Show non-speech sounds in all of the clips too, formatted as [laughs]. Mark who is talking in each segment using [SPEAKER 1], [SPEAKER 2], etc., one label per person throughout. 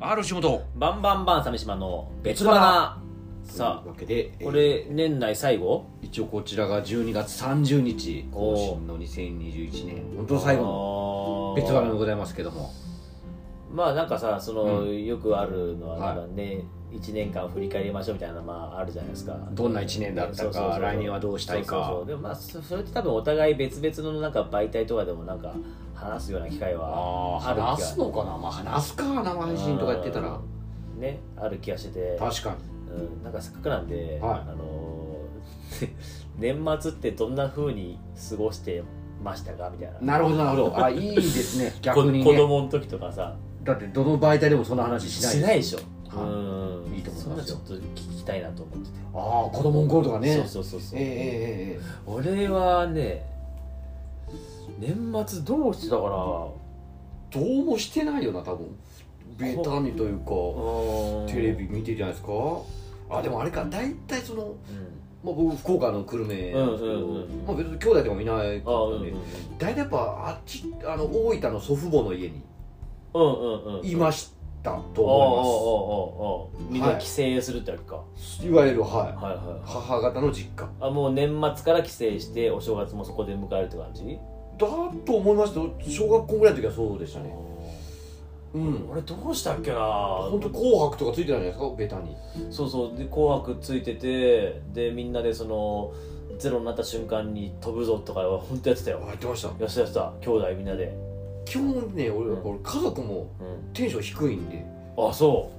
[SPEAKER 1] ある仕事
[SPEAKER 2] バンバンバン鮫島の別
[SPEAKER 1] 別
[SPEAKER 2] 花
[SPEAKER 1] 花
[SPEAKER 2] さ
[SPEAKER 1] という
[SPEAKER 2] あ
[SPEAKER 1] わけで、
[SPEAKER 2] こ
[SPEAKER 1] えー
[SPEAKER 2] れ年内最後
[SPEAKER 1] 一応こちらが12月30日更新の2021年本当最後の
[SPEAKER 2] の
[SPEAKER 1] 別腹でございますけども
[SPEAKER 2] まあなんかさその、
[SPEAKER 1] う
[SPEAKER 2] よくあるのは
[SPEAKER 1] は
[SPEAKER 2] ないんか、ね1年間振り返りましょうみたいなのまああるじゃないですか
[SPEAKER 1] どんな1年だったか
[SPEAKER 2] そうそうそう
[SPEAKER 1] 来年はどうしたいか
[SPEAKER 2] そうそうそうでもまあそそれって多分お互い別々のなんか媒体とかでもなんか話すような機会
[SPEAKER 1] あ
[SPEAKER 2] は
[SPEAKER 1] あ
[SPEAKER 2] ある気が
[SPEAKER 1] 話すのかなまあ話すか生配信とかやってたら
[SPEAKER 2] うんねある気がしてて
[SPEAKER 1] 確か
[SPEAKER 2] うん、なんかせっかくなんで、
[SPEAKER 1] はい
[SPEAKER 2] あのー [laughs] 年末ってどんな風に過ごしてましたかみたいな
[SPEAKER 1] になるほどなるほどあいいです
[SPEAKER 2] [laughs]
[SPEAKER 1] ね逆に
[SPEAKER 2] こ子
[SPEAKER 1] ね
[SPEAKER 2] 供の時とかさ
[SPEAKER 1] だってどの媒体でもそんな話しない
[SPEAKER 2] しないでしょ、
[SPEAKER 1] はい
[SPEAKER 2] うん
[SPEAKER 1] いいと思いますよ
[SPEAKER 2] そんなちょっと聞きたいなと思ってて、
[SPEAKER 1] ああ子供の頃とかね
[SPEAKER 2] そうそうそうそう、
[SPEAKER 1] ええええええ
[SPEAKER 2] 俺はね年末どうしてたかな
[SPEAKER 1] どうもしてないよな多分ベタにというかテレビ、見てるじゃないですかあでもあれか大体その、
[SPEAKER 2] うん
[SPEAKER 1] まあ、僕福岡の久留米なんですけど、
[SPEAKER 2] うんうんうん
[SPEAKER 1] まあ、別に兄弟とかもいないか
[SPEAKER 2] あー
[SPEAKER 1] ら
[SPEAKER 2] うんうん
[SPEAKER 1] ね大体やっぱあっちあの大分の祖父母の家に
[SPEAKER 2] うんうんうん
[SPEAKER 1] いましたと
[SPEAKER 2] おう
[SPEAKER 1] 思
[SPEAKER 2] おうおうおうおうみんな帰省するってわけか、
[SPEAKER 1] いますいわゆるはい
[SPEAKER 2] はいはいはい
[SPEAKER 1] 母方の実家
[SPEAKER 2] あもう年末から帰省してお正月もそこで迎えるって感じ
[SPEAKER 1] だと思いますよ小学校ぐらいの時はそうでしたねうん
[SPEAKER 2] 俺どうしたっけな
[SPEAKER 1] 本当紅白とかついてたんじゃないですかベタに
[SPEAKER 2] そうそうで「紅白」ついててでみんなでそのゼロになった瞬間に飛ぶぞとかは本当やってたよ
[SPEAKER 1] やってました
[SPEAKER 2] やってたやってた兄弟みんなで
[SPEAKER 1] 基本ね俺,、
[SPEAKER 2] うん
[SPEAKER 1] 俺家族も
[SPEAKER 2] うん
[SPEAKER 1] テンション低いんで
[SPEAKER 2] あそ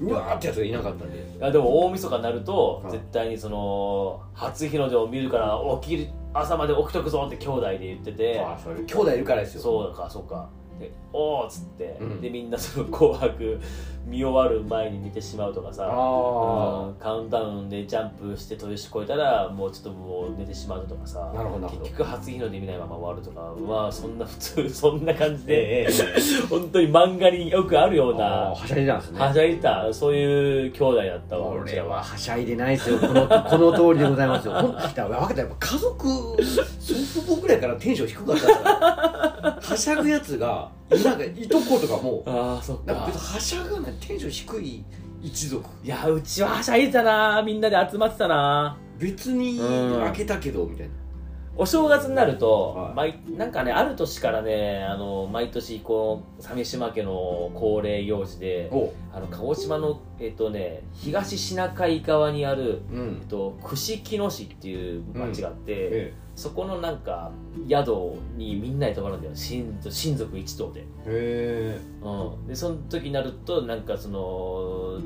[SPEAKER 2] う
[SPEAKER 1] わーってやつがいなかったんで
[SPEAKER 2] うあでも大晦日になると
[SPEAKER 1] はい
[SPEAKER 2] 絶対にその初日の出を見るから起きる朝まで起きとくぞって兄弟で言ってて
[SPEAKER 1] ああそれ兄弟いるからですよ
[SPEAKER 2] そうかそうかでおーっつって、
[SPEAKER 1] うん
[SPEAKER 2] でみんなその「紅白」見終わる前に見てしまうとかさ
[SPEAKER 1] あ
[SPEAKER 2] カウントダウンでジャンプして飛び越えたらもうちょっともう寝てしまうとか
[SPEAKER 1] あ
[SPEAKER 2] さ
[SPEAKER 1] なるほどなるほど
[SPEAKER 2] 結局初日の出見ないまま終わるとかはそんな普通 [laughs] そんな感じ
[SPEAKER 1] え
[SPEAKER 2] で
[SPEAKER 1] ええ
[SPEAKER 2] 本当に漫画によくあるよう
[SPEAKER 1] えああ
[SPEAKER 2] な
[SPEAKER 1] はしゃいでたんですね
[SPEAKER 2] はしゃいたそういう兄弟だったわうち
[SPEAKER 1] 俺ははしゃいでないですよこのこの通りでございますよほんだから分かったやっぱ家族祖父母ぐらいからテンション低かったからはしゃぐやつがなんかいとことかも
[SPEAKER 2] ああそっ
[SPEAKER 1] なんか
[SPEAKER 2] か
[SPEAKER 1] 別にはしゃがないテンション低い一族
[SPEAKER 2] いやうちははしゃいでたなみんなで集まってたな
[SPEAKER 1] 別に
[SPEAKER 2] うん
[SPEAKER 1] 開けたけどみたいな
[SPEAKER 2] お正月になると、
[SPEAKER 1] は
[SPEAKER 2] 毎なんかねある年からねあの毎年この鮫島家の恒例行事で
[SPEAKER 1] お
[SPEAKER 2] あの鹿児島のえっとね東シナ海側にある
[SPEAKER 1] う
[SPEAKER 2] えっ
[SPEAKER 1] ん
[SPEAKER 2] と串木野市っていう町があって、
[SPEAKER 1] え
[SPEAKER 2] そこのなんか宿にみんなで泊まるんだよ親族親族一同で,、
[SPEAKER 1] えへ
[SPEAKER 2] うん、でその時になるとなんかその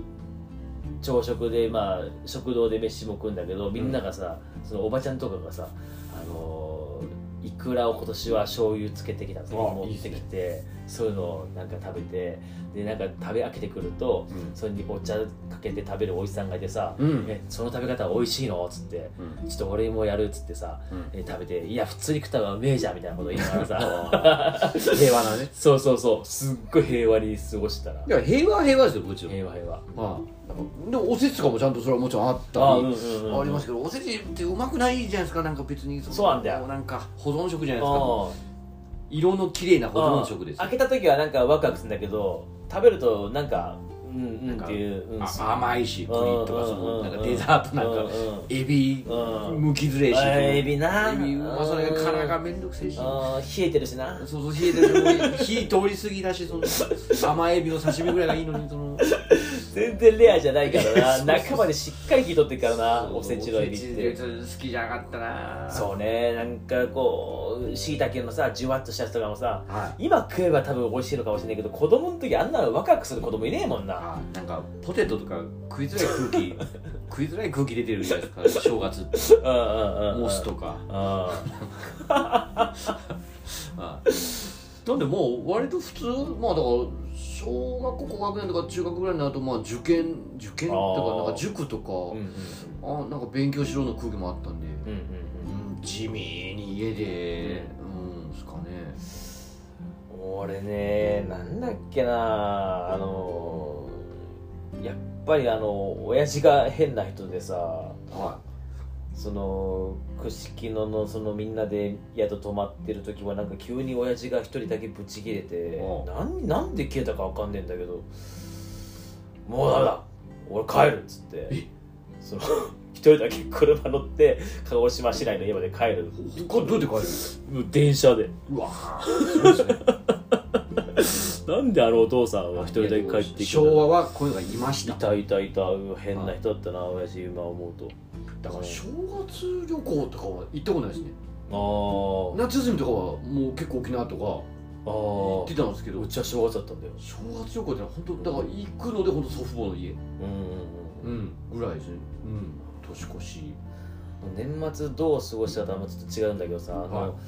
[SPEAKER 2] 朝食でまあ食堂で飯も食うんだけどみんながさ、そのおばちゃんとかがさあのーいくらを今年は醤油つけてきたと
[SPEAKER 1] あ
[SPEAKER 2] か持ってきてそういうのをなんか食べてでなんか食べ飽きてくるとそれにお茶かけて食べるおじさんがいてさ「
[SPEAKER 1] うんうん
[SPEAKER 2] えその食べ方美味しいの?」っつって「ちょっと俺もやる」っつってさ
[SPEAKER 1] うん
[SPEAKER 2] えー食べて「いや普通に食った方がうめえじゃん」みたいなこと言いながら
[SPEAKER 1] [laughs]
[SPEAKER 2] さ
[SPEAKER 1] 平和なね
[SPEAKER 2] そうそうそうすっごい平和に過ごしてたら
[SPEAKER 1] いや平和は平和ですよもちろん
[SPEAKER 2] 平和平和
[SPEAKER 1] まあなんかでもおせちとかもちゃんとそれはもちろんあったり
[SPEAKER 2] うん
[SPEAKER 1] ありますけどおせちってうまくないじゃないですかなんか別にその
[SPEAKER 2] そうなんだよ
[SPEAKER 1] なんか保存食じゃないですか
[SPEAKER 2] あ
[SPEAKER 1] 色の綺麗な保存食ですよ
[SPEAKER 2] 開けた時はなんかワクワクするんだけど食べるとなんかうんうんっていううん
[SPEAKER 1] あ甘いしプリンとかその
[SPEAKER 2] うん
[SPEAKER 1] なんか
[SPEAKER 2] うん
[SPEAKER 1] デザートなん
[SPEAKER 2] う
[SPEAKER 1] か
[SPEAKER 2] ん
[SPEAKER 1] エビ
[SPEAKER 2] うん
[SPEAKER 1] むきずれし
[SPEAKER 2] あエビな
[SPEAKER 1] エビうまそれが
[SPEAKER 2] うん
[SPEAKER 1] 殻がめんどくせえしそう
[SPEAKER 2] あー冷えてるしな
[SPEAKER 1] そう冷えてる火通り過ぎだしその甘エビの刺身ぐらいがいいのにその
[SPEAKER 2] 全然レアじゃないからな
[SPEAKER 1] そうそうそう
[SPEAKER 2] 中までしっかり火取ってるからな
[SPEAKER 1] そう
[SPEAKER 2] おせちのエビっ
[SPEAKER 1] おせちの
[SPEAKER 2] て
[SPEAKER 1] ちょっと好きじゃなかったな
[SPEAKER 2] そうねなんかこうしいたけのさじゅわっとしたやつとかもさ
[SPEAKER 1] はい
[SPEAKER 2] 今食えば多分美味しいのかもしれないけど子供の時あんなの若くする子供いねえもんな
[SPEAKER 1] あなんかポテトとか食いづらい [laughs] 空気食いづらい空気出てるじゃないですか正月って
[SPEAKER 2] うんうんうんうん
[SPEAKER 1] モスとか
[SPEAKER 2] うん
[SPEAKER 1] なんでもう割と普通まあだから小学校高学年とか中学ぐらいになるとまあ受験受験と
[SPEAKER 2] あー
[SPEAKER 1] かなんか塾と
[SPEAKER 2] うんう
[SPEAKER 1] か
[SPEAKER 2] ん
[SPEAKER 1] あなんか勉強しろの空気もあったんで、
[SPEAKER 2] うんうん
[SPEAKER 1] うん、地味に家でうんですかね
[SPEAKER 2] うん俺ねなんだっけなあのやっぱりあの親父が変な人でさ
[SPEAKER 1] は
[SPEAKER 2] その串木野のそのみんなで宿泊まってる時はなんか急に親父が一人だけブチ切れて
[SPEAKER 1] うん
[SPEAKER 2] なんなんで消えたかわかんねえんだけどもうダメだ俺帰るっつって
[SPEAKER 1] え
[SPEAKER 2] その一人だけ車乗って鹿児島市内の家まで帰る
[SPEAKER 1] これどうやって帰る
[SPEAKER 2] もう電車で
[SPEAKER 1] うわすごいですね [laughs]
[SPEAKER 2] なんであのお父さんは一人だけ帰っていくんだ
[SPEAKER 1] 昭和はこういうのがいまし
[SPEAKER 2] い
[SPEAKER 1] た
[SPEAKER 2] たいたいたうわ変な人だったな親父今思うと
[SPEAKER 1] だから正月旅行とかは行ったことないですね
[SPEAKER 2] あ
[SPEAKER 1] 夏休みとかはもう結構沖縄とか
[SPEAKER 2] あ
[SPEAKER 1] 行って
[SPEAKER 2] あ
[SPEAKER 1] たんですけ
[SPEAKER 2] あ
[SPEAKER 1] ど
[SPEAKER 2] うちは正月だったんだよ
[SPEAKER 1] 正月旅行ってのは本当だから行くので本当祖父母の家
[SPEAKER 2] うんうんうん
[SPEAKER 1] うんぐらいですねうん年越し
[SPEAKER 2] 年末どう過ごしたかはちょっと違うんだけどさ、あ
[SPEAKER 1] はい
[SPEAKER 2] の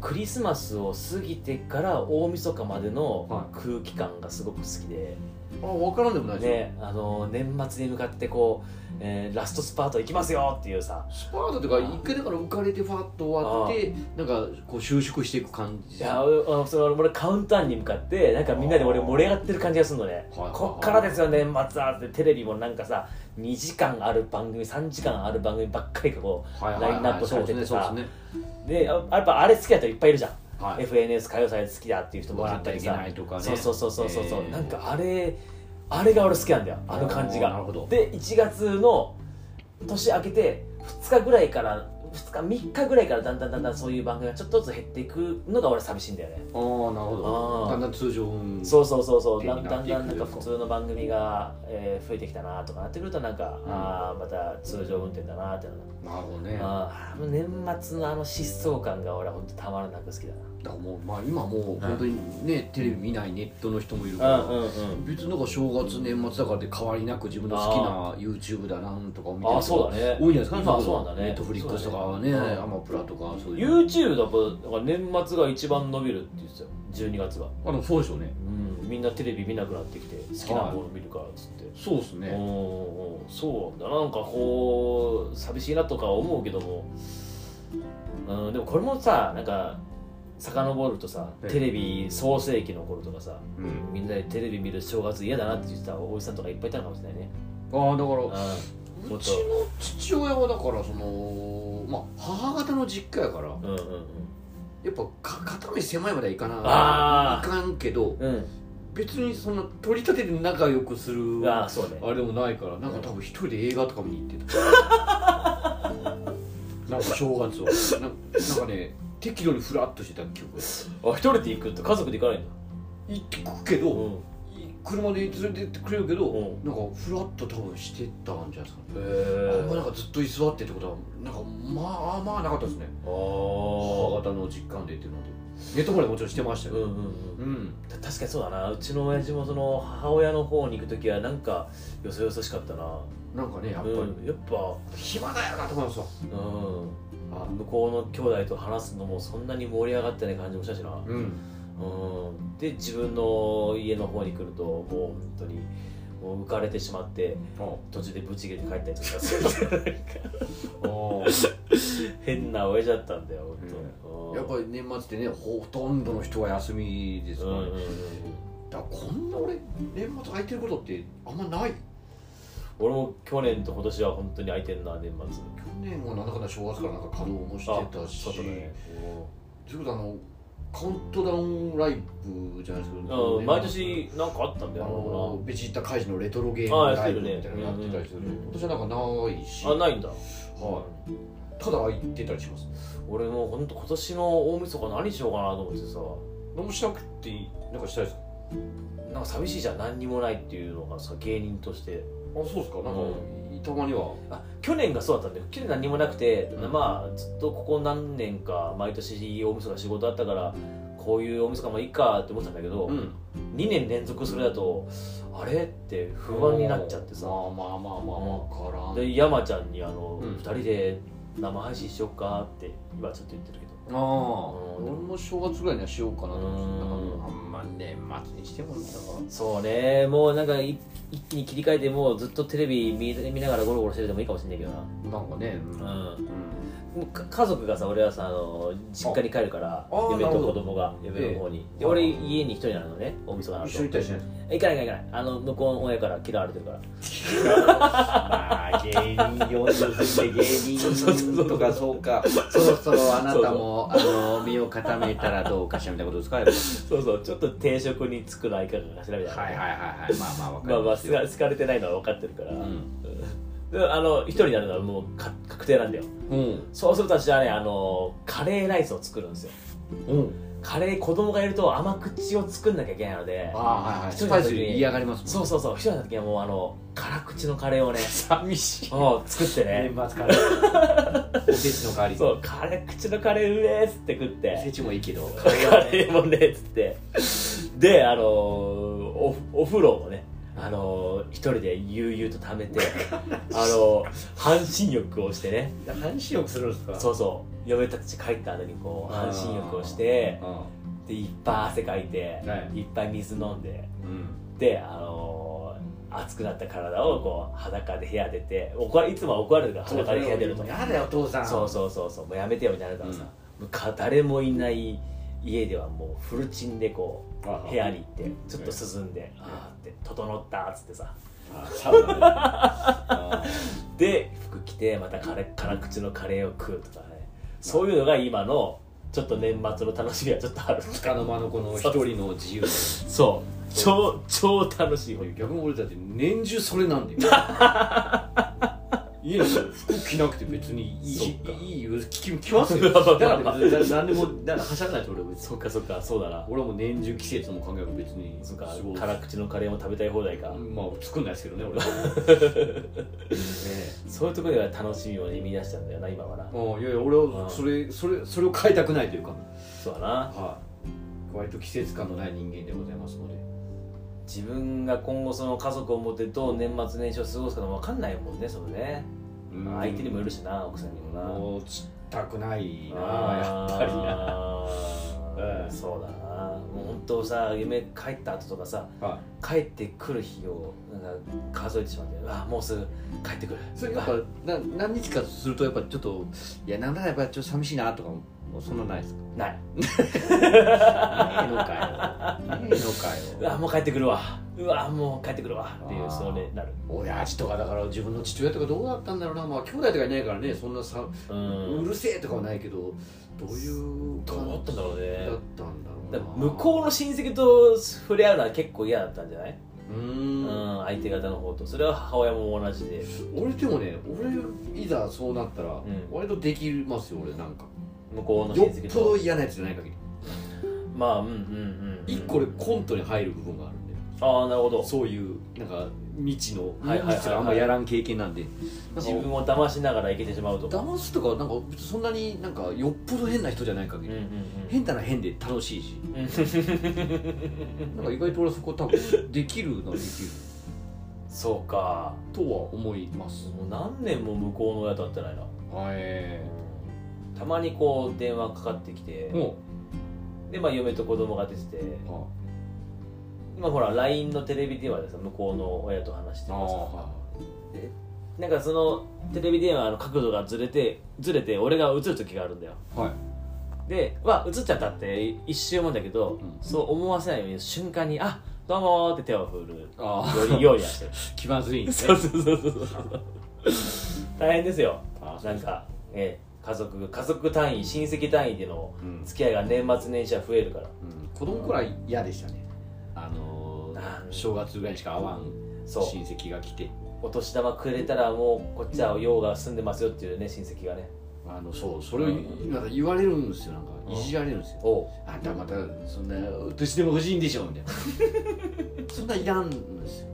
[SPEAKER 2] クリスマスを過ぎてから大晦日までの
[SPEAKER 1] は
[SPEAKER 2] 空気感がすごく好きで、
[SPEAKER 1] あ分からんでもないですよ
[SPEAKER 2] ね、あの年末に向かってこう、えーラストスパート行きますよっていうさ
[SPEAKER 1] スパートとか一回だから浮かれてファッと終わってなんかこう収縮していく感じ
[SPEAKER 2] いやあのその俺カウンターに向かってなんかみんなで俺盛り上がってる感じがするのね
[SPEAKER 1] はいはいはい
[SPEAKER 2] こっからですよ年末はってテレビもなんかさ2時間ある番組3時間ある番組ばっかりがこ
[SPEAKER 1] はいはいはい
[SPEAKER 2] ラインナップされててさ
[SPEAKER 1] そうですね
[SPEAKER 2] うでやっぱあれ好きな人いっぱいいるじゃん、
[SPEAKER 1] そうですね
[SPEAKER 2] FNS 歌謡祭好きだっていう人もい
[SPEAKER 1] 笑
[SPEAKER 2] っ
[SPEAKER 1] った
[SPEAKER 2] た
[SPEAKER 1] り
[SPEAKER 2] り
[SPEAKER 1] い
[SPEAKER 2] さ
[SPEAKER 1] けないとかね
[SPEAKER 2] そうそうそうそうそうそう
[SPEAKER 1] えー
[SPEAKER 2] なんかあれあれが俺好きなんだよあの感じ
[SPEAKER 1] あーな
[SPEAKER 2] が
[SPEAKER 1] るほど
[SPEAKER 2] で1月の年明けて2日ぐらいから2日3日ぐらいからだんだんだんだんそういう番組がちょっとずつ減っていくのが俺寂しいんだよね
[SPEAKER 1] ああなるほ
[SPEAKER 2] あ
[SPEAKER 1] ど
[SPEAKER 2] ー
[SPEAKER 1] だんだん通常運
[SPEAKER 2] そうそうそうそう
[SPEAKER 1] 手
[SPEAKER 2] だ
[SPEAKER 1] に
[SPEAKER 2] ん
[SPEAKER 1] な
[SPEAKER 2] だ
[SPEAKER 1] っ
[SPEAKER 2] ん
[SPEAKER 1] ていく
[SPEAKER 2] だんなんか普通の番組が、えー増えてきたなとかなってくるとなんか、
[SPEAKER 1] うん
[SPEAKER 2] ああまた通常運転だなってなる、
[SPEAKER 1] なるほどね
[SPEAKER 2] あーもう年末のあの疾走感が俺は本当たまらなく好きだ
[SPEAKER 1] だからもうまあ今もう本当にね、テレビ見ないネットの人もいるか
[SPEAKER 2] な
[SPEAKER 1] ら、
[SPEAKER 2] んうん
[SPEAKER 1] 別になんか正月年末だからで変わりなく自分の好きな YouTube だなんとかを見て
[SPEAKER 2] ああそうだね
[SPEAKER 1] 多いんじゃないですか
[SPEAKER 2] 今はそうなんだね
[SPEAKER 1] ネットフリックスとか
[SPEAKER 2] そう
[SPEAKER 1] ね
[SPEAKER 2] だねうん
[SPEAKER 1] アマプラとかそういう
[SPEAKER 2] YouTube だと年末が一番伸びるって言ってたよ12月が、
[SPEAKER 1] あのそうでしょうね
[SPEAKER 2] うん、みんなテレビ見なくなってきて好きなもの見るからっつって、
[SPEAKER 1] そうです
[SPEAKER 2] おー
[SPEAKER 1] ね
[SPEAKER 2] おーそうなんだなんかこう寂しいなとか思うけども、うん、でもこれもさなんか遡るとさ
[SPEAKER 1] ええ
[SPEAKER 2] テレビ創世紀の頃とかさ
[SPEAKER 1] うん
[SPEAKER 2] みんなでテレビ見る正月嫌だなって言ってたおじさんとかいっぱいいたのかもしれないね、
[SPEAKER 1] ああだか
[SPEAKER 2] うん、
[SPEAKER 1] ら
[SPEAKER 2] うも
[SPEAKER 1] う
[SPEAKER 2] っと
[SPEAKER 1] ちの父親はだからそのまあ母方の実家やから
[SPEAKER 2] んうんうん
[SPEAKER 1] やっぱか肩身狭いまではいかない
[SPEAKER 2] あー
[SPEAKER 1] いかんけど
[SPEAKER 2] うん
[SPEAKER 1] 別にそんな取り立てて仲良くする
[SPEAKER 2] ああそうね
[SPEAKER 1] あれでもないからなんか多分一人で映画とか見に行
[SPEAKER 2] [laughs]
[SPEAKER 1] ってたなんか正月をななんかね適度にフラッとしてた記憶
[SPEAKER 2] あ一人で行くって家族で行かないんだ
[SPEAKER 1] 行ってくけど、
[SPEAKER 2] うん
[SPEAKER 1] 車で連れてってくれるけど、
[SPEAKER 2] うん
[SPEAKER 1] なんかフラッと多分してたんじゃないですかね
[SPEAKER 2] へ
[SPEAKER 1] あんま
[SPEAKER 2] え
[SPEAKER 1] なんかずっと居座ってってことはなんかまあまあなかったですね
[SPEAKER 2] あ
[SPEAKER 1] 母
[SPEAKER 2] あ
[SPEAKER 1] 方の実感でっていうのでネットまでもちろんしてました
[SPEAKER 2] うんう
[SPEAKER 1] よ
[SPEAKER 2] んうん
[SPEAKER 1] うん、
[SPEAKER 2] た確かにそうだなうちの親父もその母親の方に行く時はなんかよそよそしかったな
[SPEAKER 1] なんかねやっぱり、
[SPEAKER 2] うん、やっぱ、
[SPEAKER 1] 暇だよなと思いますわ
[SPEAKER 2] う
[SPEAKER 1] あ
[SPEAKER 2] ん、向こうの兄弟と話すのもそんなに盛り上がってない感じもしたしな、う
[SPEAKER 1] うん
[SPEAKER 2] ん、で自分の家の方に来るともう本当にもう浮かれてしまって
[SPEAKER 1] あ
[SPEAKER 2] 途中でブチ切れて帰ったりとかする [laughs] なんか
[SPEAKER 1] あ
[SPEAKER 2] 変な親父だったんだよ本当
[SPEAKER 1] やっぱり年末ってねほとんどの人が休みです
[SPEAKER 2] う
[SPEAKER 1] から、
[SPEAKER 2] ん
[SPEAKER 1] ね
[SPEAKER 2] うんうんうん
[SPEAKER 1] だからこんな俺年末空いてることってあんまない
[SPEAKER 2] 俺も去年と今年は本当に空いてんな年末
[SPEAKER 1] 去年はなんだかんだ正月からなんか稼働もしてたし
[SPEAKER 2] そうだね
[SPEAKER 1] ということはあのカウントダウンライブじゃないですけど、
[SPEAKER 2] うん毎年なんかあったん
[SPEAKER 1] あ
[SPEAKER 2] だよ
[SPEAKER 1] のベジータカイジのレトロゲー
[SPEAKER 2] あ
[SPEAKER 1] ム
[SPEAKER 2] やっ
[SPEAKER 1] ラ
[SPEAKER 2] て
[SPEAKER 1] イブ
[SPEAKER 2] る
[SPEAKER 1] み
[SPEAKER 2] ね
[SPEAKER 1] たいなのやってたりする
[SPEAKER 2] うん
[SPEAKER 1] 今年はなんかないし
[SPEAKER 2] なあないんだ
[SPEAKER 1] はただ空いてたりします
[SPEAKER 2] 俺もうほんと今年の大晦日何しようかなと思ってさ
[SPEAKER 1] 何もしなくていいなんかしたいですか
[SPEAKER 2] なんか寂しいじゃん何にもないっていうのがさ芸人として
[SPEAKER 1] あそうですかなんか、たまには
[SPEAKER 2] あ去年がそうだったんだよ去年何もなくて、
[SPEAKER 1] うん
[SPEAKER 2] まあずっとここ何年か毎年大晦日仕事あったからこういう大晦日もいいかって思ってたんだけど、
[SPEAKER 1] ん
[SPEAKER 2] 2年連続それだとあれって不安になっちゃってさ
[SPEAKER 1] まあまあまあまあわからん
[SPEAKER 2] で山ちゃんにあの、
[SPEAKER 1] うん
[SPEAKER 2] 2人で生配信しよっかって今ちょっと言ってるけど
[SPEAKER 1] ああ
[SPEAKER 2] うん
[SPEAKER 1] 俺も正月ぐらいにはしようかなと思ってたから
[SPEAKER 2] う
[SPEAKER 1] あんま年末にしてもなんか
[SPEAKER 2] そうねもうなんかい一気に切り替えてもうずっとテレビ見見ながらゴロゴロしてるでもいいかもしれないけどな
[SPEAKER 1] なんかねうん
[SPEAKER 2] うんか家族がさ俺はさあの実家に帰るから
[SPEAKER 1] あー
[SPEAKER 2] 嫁と
[SPEAKER 1] なるほ
[SPEAKER 2] 子
[SPEAKER 1] ど
[SPEAKER 2] 供が嫁の方に、
[SPEAKER 1] え
[SPEAKER 2] で俺家に一人なのね大晦日なの
[SPEAKER 1] 一緒にいたりしない
[SPEAKER 2] 行かない行かないあの向こうの親から嫌われてるから
[SPEAKER 1] まあ芸人40過ぎて芸人とかそうかそろそろあなたもあの身を固めたらどうかしらみたいなことですかやっぱ
[SPEAKER 2] そうそうちょっと定職に就くのはいかがかしらみたいな、
[SPEAKER 1] はいはいはいはいまあまあわか
[SPEAKER 2] まあ
[SPEAKER 1] り
[SPEAKER 2] まあ
[SPEAKER 1] ます
[SPEAKER 2] す
[SPEAKER 1] よ
[SPEAKER 2] が好かれてないのは分かってるから、
[SPEAKER 1] う
[SPEAKER 2] うん
[SPEAKER 1] ん
[SPEAKER 2] であの一人になるのはもうか確定なんだよ
[SPEAKER 1] うん
[SPEAKER 2] そうすると私はねあのカレーライスを作るんですよ
[SPEAKER 1] うん
[SPEAKER 2] カレー子供がいると甘口を作んなきゃいけないので
[SPEAKER 1] ああはいはいスパイス嫌がりますもん
[SPEAKER 2] そうそうそう一人の時はもうあの辛口のカレーを [laughs] ね
[SPEAKER 1] 寂しい
[SPEAKER 2] もう作ってね
[SPEAKER 1] 末からおせちの代わり
[SPEAKER 2] そう辛口のカレーうめえっつって食っ
[SPEAKER 1] おせ
[SPEAKER 2] て
[SPEAKER 1] ちもいいけど
[SPEAKER 2] カレーもねっつってであのーおお風呂もねあのー一人で悠々と溜
[SPEAKER 1] [laughs]
[SPEAKER 2] めてあのー半身浴をしてね
[SPEAKER 1] 半身浴するんですか
[SPEAKER 2] そうそう嫁たち帰った後にこう
[SPEAKER 1] あ
[SPEAKER 2] 半
[SPEAKER 1] ー
[SPEAKER 2] 身浴をして
[SPEAKER 1] う
[SPEAKER 2] でいっぱい汗かいて、、
[SPEAKER 1] はい
[SPEAKER 2] っぱい水飲んで
[SPEAKER 1] んうん
[SPEAKER 2] であのー熱くなった体をこう裸で部屋出て怒らいつもは怒られるから裸で部屋出ると
[SPEAKER 1] やだよお父さん
[SPEAKER 2] そうそうそうそうもうやめてよみたいになるからさ、もうか誰もいない家ではもうフルチンでこう
[SPEAKER 1] ああ
[SPEAKER 2] 部屋に行ってちょっと涼んで「ああ」って「整った」っつってさ
[SPEAKER 1] あサウナねあ
[SPEAKER 2] で服着てまたカレ辛口のカレーを食うとかねそういうのが今のちょっと年末の楽しみはちょっとある
[SPEAKER 1] つかの間のこの一人の自由な
[SPEAKER 2] そう超超楽しいこれ
[SPEAKER 1] 逆に俺たち年中それなんだよ
[SPEAKER 2] [laughs]
[SPEAKER 1] 家に服着なくて別にいい
[SPEAKER 2] そ
[SPEAKER 1] し
[SPEAKER 2] っか
[SPEAKER 1] いいよ着着ます
[SPEAKER 2] [laughs]
[SPEAKER 1] よだから別に何でもだからはしゃがないと俺は別に
[SPEAKER 2] そっかそっかそうだな
[SPEAKER 1] 俺はもう年中季節も関係なく別に
[SPEAKER 2] そっか
[SPEAKER 1] そう
[SPEAKER 2] 辛口のカレーも食べたい放題か、
[SPEAKER 1] まあ作んないですけどね俺
[SPEAKER 2] [laughs]
[SPEAKER 1] はね
[SPEAKER 2] そういうところでは楽しみをね見出したんだよな今はな
[SPEAKER 1] もういやいや俺はそれそれそれを変えたくないというか
[SPEAKER 2] そうだな
[SPEAKER 1] はい割と季節感のない人間でございますので
[SPEAKER 2] 自分が今後その家族を持ってどう年末年始を過ごすかも分かんないもんねそのね、相手にもよるしな奥さんにもな
[SPEAKER 1] もうつったくないな
[SPEAKER 2] あ
[SPEAKER 1] や
[SPEAKER 2] ー
[SPEAKER 1] っぱりなうん
[SPEAKER 2] そうだなもう本当さ夢帰った後とかさ
[SPEAKER 1] はい
[SPEAKER 2] 帰ってくる日をなんか数えてしまってあもうすぐ帰ってくる
[SPEAKER 1] それやっぱ
[SPEAKER 2] あ
[SPEAKER 1] な何日かするとやっぱちょっといやなんだやっぱちょっと寂しいなとかもそんなない
[SPEAKER 2] [laughs]
[SPEAKER 1] ですかね
[SPEAKER 2] ない
[SPEAKER 1] えのかよねえの
[SPEAKER 2] う
[SPEAKER 1] か
[SPEAKER 2] わ
[SPEAKER 1] よ
[SPEAKER 2] もう帰ってくるわうわもう帰ってくるわってい
[SPEAKER 1] あ
[SPEAKER 2] う
[SPEAKER 1] ー
[SPEAKER 2] それなる
[SPEAKER 1] 親父とかだから自分の父親とかどうだったんだろうなまあ兄弟とかいないからねそんなさ、
[SPEAKER 2] う
[SPEAKER 1] うんるせえとかはないけどどういう
[SPEAKER 2] どうだったんだろう
[SPEAKER 1] だっ
[SPEAKER 2] ね
[SPEAKER 1] たんだろう
[SPEAKER 2] だ
[SPEAKER 1] な
[SPEAKER 2] から向こうの親戚と触れ合うのは結構嫌だったんじゃないう
[SPEAKER 1] う
[SPEAKER 2] うんん相手方の方とそれは母親も同じで
[SPEAKER 1] 俺でもね俺いざそうなったら、
[SPEAKER 2] ん
[SPEAKER 1] 割とできますよ俺なんか
[SPEAKER 2] 向こうの親
[SPEAKER 1] よっ
[SPEAKER 2] 戚
[SPEAKER 1] ぽど
[SPEAKER 2] と
[SPEAKER 1] 嫌なやつじゃない限り
[SPEAKER 2] まあうんうんうんうん
[SPEAKER 1] 一個俺コントに入る部分があるんで
[SPEAKER 2] ああなるほど
[SPEAKER 1] そういうなんか未知の
[SPEAKER 2] はいはいはいはい
[SPEAKER 1] 未知があんまやらん経験なんでなん
[SPEAKER 2] 自分
[SPEAKER 1] か
[SPEAKER 2] を騙しながら生きてしまうと
[SPEAKER 1] 騙すとかなんかそんなになんかよっぽど変な人じゃない
[SPEAKER 2] うん
[SPEAKER 1] 限
[SPEAKER 2] うん
[SPEAKER 1] り、
[SPEAKER 2] うん
[SPEAKER 1] 変だな変で楽しいし
[SPEAKER 2] うん
[SPEAKER 1] なんか意外と俺そこ多分できるのはできる
[SPEAKER 2] [laughs] そうか
[SPEAKER 1] とは思います
[SPEAKER 2] もう何年も向こうの親と会ってないな
[SPEAKER 1] はい
[SPEAKER 2] たまにこう電話かかってきて、
[SPEAKER 1] も
[SPEAKER 2] でまあ嫁と子供が出てて
[SPEAKER 1] うあ
[SPEAKER 2] 今ほら LINE のテレビ電話でさ向こうの親と話して
[SPEAKER 1] あ
[SPEAKER 2] ます
[SPEAKER 1] は
[SPEAKER 2] なんかそのテレビ電話の角度がずれてずれて俺が映る時があるんだよ
[SPEAKER 1] いはい
[SPEAKER 2] でわ映っちゃったって一瞬思うんだけど、
[SPEAKER 1] うん
[SPEAKER 2] そう思わせないように瞬間に「あどうも」って手を振
[SPEAKER 1] [laughs]
[SPEAKER 2] るよ
[SPEAKER 1] あ
[SPEAKER 2] [laughs] り用意はしてる
[SPEAKER 1] 気まずいん [laughs] です
[SPEAKER 2] そう
[SPEAKER 1] ね
[SPEAKER 2] そうそうそうそう大変ですよ
[SPEAKER 1] あそう
[SPEAKER 2] なんか、ええ家族家族単位親戚単位での
[SPEAKER 1] うん
[SPEAKER 2] 付き合いが年末年始は増えるから
[SPEAKER 1] うん子供の頃は嫌でしたねあの
[SPEAKER 2] なん
[SPEAKER 1] ー、正月ぐらいにしか会わん
[SPEAKER 2] そう
[SPEAKER 1] 親戚が来て
[SPEAKER 2] お年玉くれたらもうこっちは用が済んでますよっていうね親戚がね
[SPEAKER 1] あのそうそれを
[SPEAKER 2] うん
[SPEAKER 1] なんか言われるんですよなんか
[SPEAKER 2] うん
[SPEAKER 1] いじられるんですよ
[SPEAKER 2] おう
[SPEAKER 1] あんたまたそんな年でも欲しいんでしょみたいな [laughs] そんないらんんですよ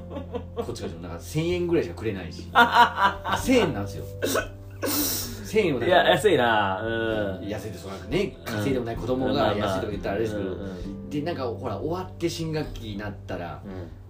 [SPEAKER 1] こっちからしてもなんか1000円ぐらいしかくれ [laughs] ないし1000円なんですよ1000円をなん
[SPEAKER 2] い
[SPEAKER 1] か
[SPEAKER 2] や安いなうん
[SPEAKER 1] 痩せてそうなんかね稼いでもない子供が痩せてとか言ったらあれですけど、
[SPEAKER 2] うんうん
[SPEAKER 1] でなんかほら終わって新学期になったら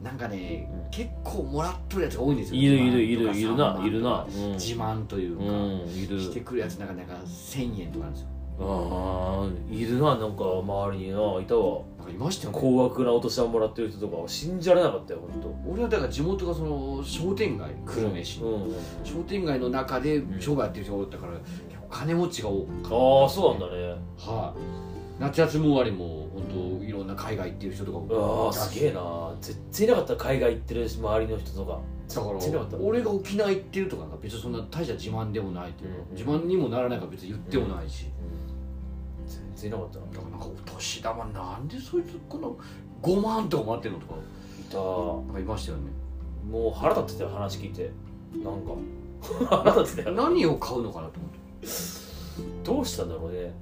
[SPEAKER 1] なんかね、
[SPEAKER 2] うん
[SPEAKER 1] 結構もらっとるやつが多いんですよ
[SPEAKER 2] いるいるいるい
[SPEAKER 1] 2
[SPEAKER 2] る
[SPEAKER 1] 万と
[SPEAKER 2] な
[SPEAKER 1] か
[SPEAKER 2] いるな
[SPEAKER 1] 3万とか自慢という
[SPEAKER 2] う
[SPEAKER 1] か、
[SPEAKER 2] んいる
[SPEAKER 1] してくるやつなんかなんか1000円とかなんですよ
[SPEAKER 2] ああいるななんか周りにないたわ
[SPEAKER 1] なんかいましたよね
[SPEAKER 2] 高額なお年玉もらってる人とかは信じられなかったよ本
[SPEAKER 1] 俺はだから地元がその商店街久留米市
[SPEAKER 2] 当
[SPEAKER 1] の、
[SPEAKER 2] うん
[SPEAKER 1] 商店街の中で商売やってる人がおったから、いや金持ちが多かった
[SPEAKER 2] ああそうなんだね
[SPEAKER 1] はい、夏休み終わりも本当いろんな海外行ってる人とか
[SPEAKER 2] あ
[SPEAKER 1] も
[SPEAKER 2] あすげえな絶対いなかった海外行ってる周りの人とか
[SPEAKER 1] だか
[SPEAKER 2] 全然なかった
[SPEAKER 1] ら俺が沖縄行ってるとかなんか別にそんな大した自慢でもないというか、
[SPEAKER 2] うん
[SPEAKER 1] 自慢にもならないから別に言ってもないし、
[SPEAKER 2] 全然いなかったな
[SPEAKER 1] だからなんかお年玉なんでそいつこの5万とか待ってんのとか
[SPEAKER 2] いたも
[SPEAKER 1] なんかいましたよね
[SPEAKER 2] う腹立ってたよ話聞いてなんか [laughs] 腹立ってたよ
[SPEAKER 1] 何を買うのかなと思って
[SPEAKER 2] どうしたんだろうね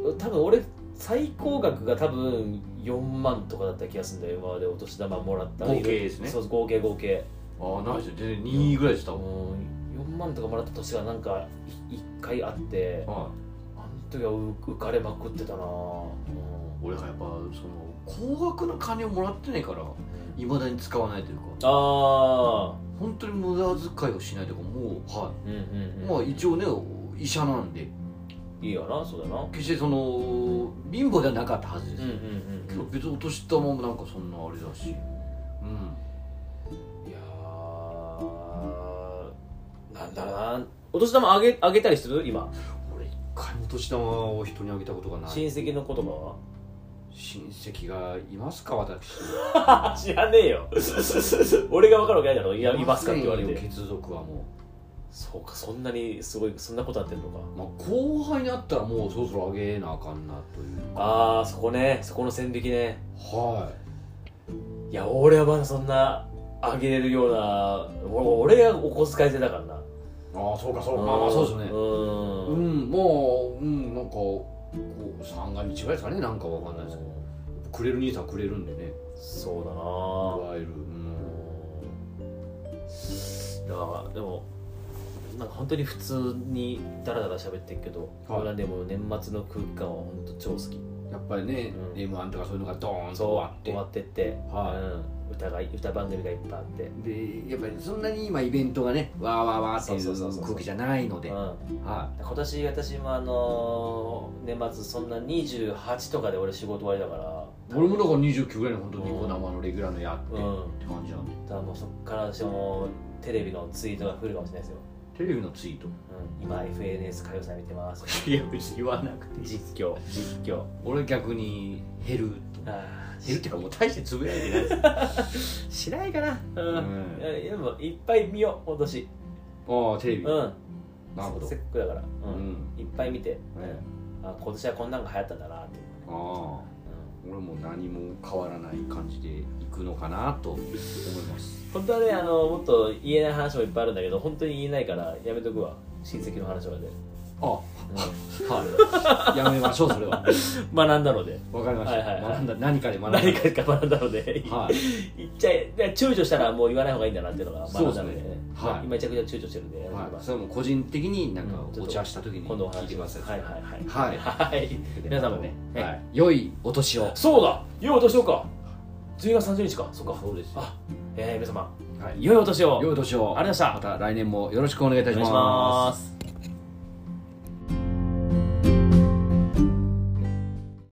[SPEAKER 1] うん
[SPEAKER 2] い多分俺最高額が多分4万とかだった気がするんだよ今までお年玉もらった
[SPEAKER 1] 合計ですね
[SPEAKER 2] そう合計合計
[SPEAKER 1] ああないですよ全然2位ぐらいでした
[SPEAKER 2] う
[SPEAKER 1] もん、
[SPEAKER 2] ん4万とかもらった年がなんか1回あってあの
[SPEAKER 1] はい
[SPEAKER 2] 時はう浮かれまくってたなうん
[SPEAKER 1] 俺がやっぱその高額な金をもらってないからいまだに使わないというか
[SPEAKER 2] ああ
[SPEAKER 1] 本当に無駄遣いをしないというかもうはい
[SPEAKER 2] うんうん、うん、
[SPEAKER 1] まあ一応ね医者なんで
[SPEAKER 2] いいよなそうだな
[SPEAKER 1] 決してその貧乏ではなかったはずです、
[SPEAKER 2] うんうん
[SPEAKER 1] け
[SPEAKER 2] う
[SPEAKER 1] ど別にお年玉もなんかそんなあれだしうん
[SPEAKER 2] んいやーなんだろうなお年玉あげあげたりする今
[SPEAKER 1] 俺一回もお年玉を人にあげたことがない
[SPEAKER 2] 親戚の言葉
[SPEAKER 1] 親戚がいますか私
[SPEAKER 2] は [laughs] 知らねえよ俺が分かるわけないだろいやいますかって言われ
[SPEAKER 1] ません
[SPEAKER 2] て
[SPEAKER 1] よ血族はも
[SPEAKER 2] そうかそんなにすごいそんなことあってんのか
[SPEAKER 1] う、まあ、後輩になったらもうそろそろあげなあかんなという
[SPEAKER 2] ああそこねそこの線引きね
[SPEAKER 1] はい
[SPEAKER 2] や俺はまだそんなあげれるような俺俺がお小遣い制だからない
[SPEAKER 1] ああそうかそうかまあまあそうですね
[SPEAKER 2] うん
[SPEAKER 1] う
[SPEAKER 2] うん
[SPEAKER 1] んもううんなんかこう三が日ぐらいですかねなんかわかんないですけどくれる兄さんくれるんでね
[SPEAKER 2] そうだないあ
[SPEAKER 1] わゆるうん
[SPEAKER 2] だからでもなんか本当に普通にダラダラ喋ってるけど、
[SPEAKER 1] はい
[SPEAKER 2] 俺はでも年末の空間は本当超好き
[SPEAKER 1] やっぱりね、
[SPEAKER 2] うん
[SPEAKER 1] m 1とかそういうのがドーンと
[SPEAKER 2] そう
[SPEAKER 1] 終わって
[SPEAKER 2] 終わってって、
[SPEAKER 1] は
[SPEAKER 2] うん、歌が歌番組がいっぱいあって、
[SPEAKER 1] でやっぱりそんなに今イベントがねわーわーわーって
[SPEAKER 2] そうそうそうそ
[SPEAKER 1] いうう空気じゃないので、
[SPEAKER 2] う
[SPEAKER 1] はい、
[SPEAKER 2] ん今年私もあのー年末そんな28とかで俺仕事終わりだから
[SPEAKER 1] 俺もだから29ぐらいの本当にニコ生のレギュラーのやって、
[SPEAKER 2] う
[SPEAKER 1] っ
[SPEAKER 2] ん
[SPEAKER 1] て感じなんで
[SPEAKER 2] だからもうそっから私もテレビのツイートが来るかもしれないですよ、
[SPEAKER 1] テレビのツイート
[SPEAKER 2] うん、今 FNS 歌謡祭見てます
[SPEAKER 1] いや別に言わなくて
[SPEAKER 2] 実況実況
[SPEAKER 1] 俺逆に減ると
[SPEAKER 2] あ
[SPEAKER 1] 減るっていうかもう大してつぶやいて [laughs] ないです、
[SPEAKER 2] しないかなうん、
[SPEAKER 1] うん
[SPEAKER 2] いやでもいっぱい見よう今年
[SPEAKER 1] ああテレビ、
[SPEAKER 2] うん
[SPEAKER 1] なるほど
[SPEAKER 2] せっかくだから、う
[SPEAKER 1] うんん
[SPEAKER 2] いっぱい見て、
[SPEAKER 1] え
[SPEAKER 2] あ今年はこんなんが流行ったんだなっていう
[SPEAKER 1] ああ俺も何も変わらない感じでいくのかなと思います
[SPEAKER 2] 本当はねあのもっと言えない話もいっぱいあるんだけど本当に言えないからやめとくわ親戚の話まで、
[SPEAKER 1] あはいやめましょうそれ [laughs] は
[SPEAKER 2] うん、学んだので
[SPEAKER 1] わかりました、
[SPEAKER 2] はいはいはい
[SPEAKER 1] 学んだ何かで学んだ
[SPEAKER 2] 何回か学んだので、
[SPEAKER 1] はい
[SPEAKER 2] 言っちゃえで躊躇したらもう言わない方がいいんだなっていうのが学んだので
[SPEAKER 1] そうですね
[SPEAKER 2] まあ
[SPEAKER 1] はい
[SPEAKER 2] 今めちゃくちゃ躊躇してるんで、
[SPEAKER 1] はい、それも個人的になんか
[SPEAKER 2] うん
[SPEAKER 1] お茶した時に
[SPEAKER 2] 今度お
[SPEAKER 1] 聞
[SPEAKER 2] 話
[SPEAKER 1] い
[SPEAKER 2] してし
[SPEAKER 1] く
[SPEAKER 2] ま
[SPEAKER 1] だ
[SPEAKER 2] す
[SPEAKER 1] さい、
[SPEAKER 2] はいはいはい
[SPEAKER 1] はい
[SPEAKER 2] はい皆さんもね、
[SPEAKER 1] は
[SPEAKER 2] はい
[SPEAKER 1] い、良いお年を
[SPEAKER 2] そうだ良いお年をか10月30日かそうか
[SPEAKER 1] そうですよ
[SPEAKER 2] あえー、皆様
[SPEAKER 1] はい
[SPEAKER 2] 良いお年を
[SPEAKER 1] 良いお年を
[SPEAKER 2] ありがとうございました
[SPEAKER 1] また来年もよろしくお願いいた
[SPEAKER 2] お
[SPEAKER 1] し
[SPEAKER 2] 願い
[SPEAKER 1] ま
[SPEAKER 2] し
[SPEAKER 1] す
[SPEAKER 2] ます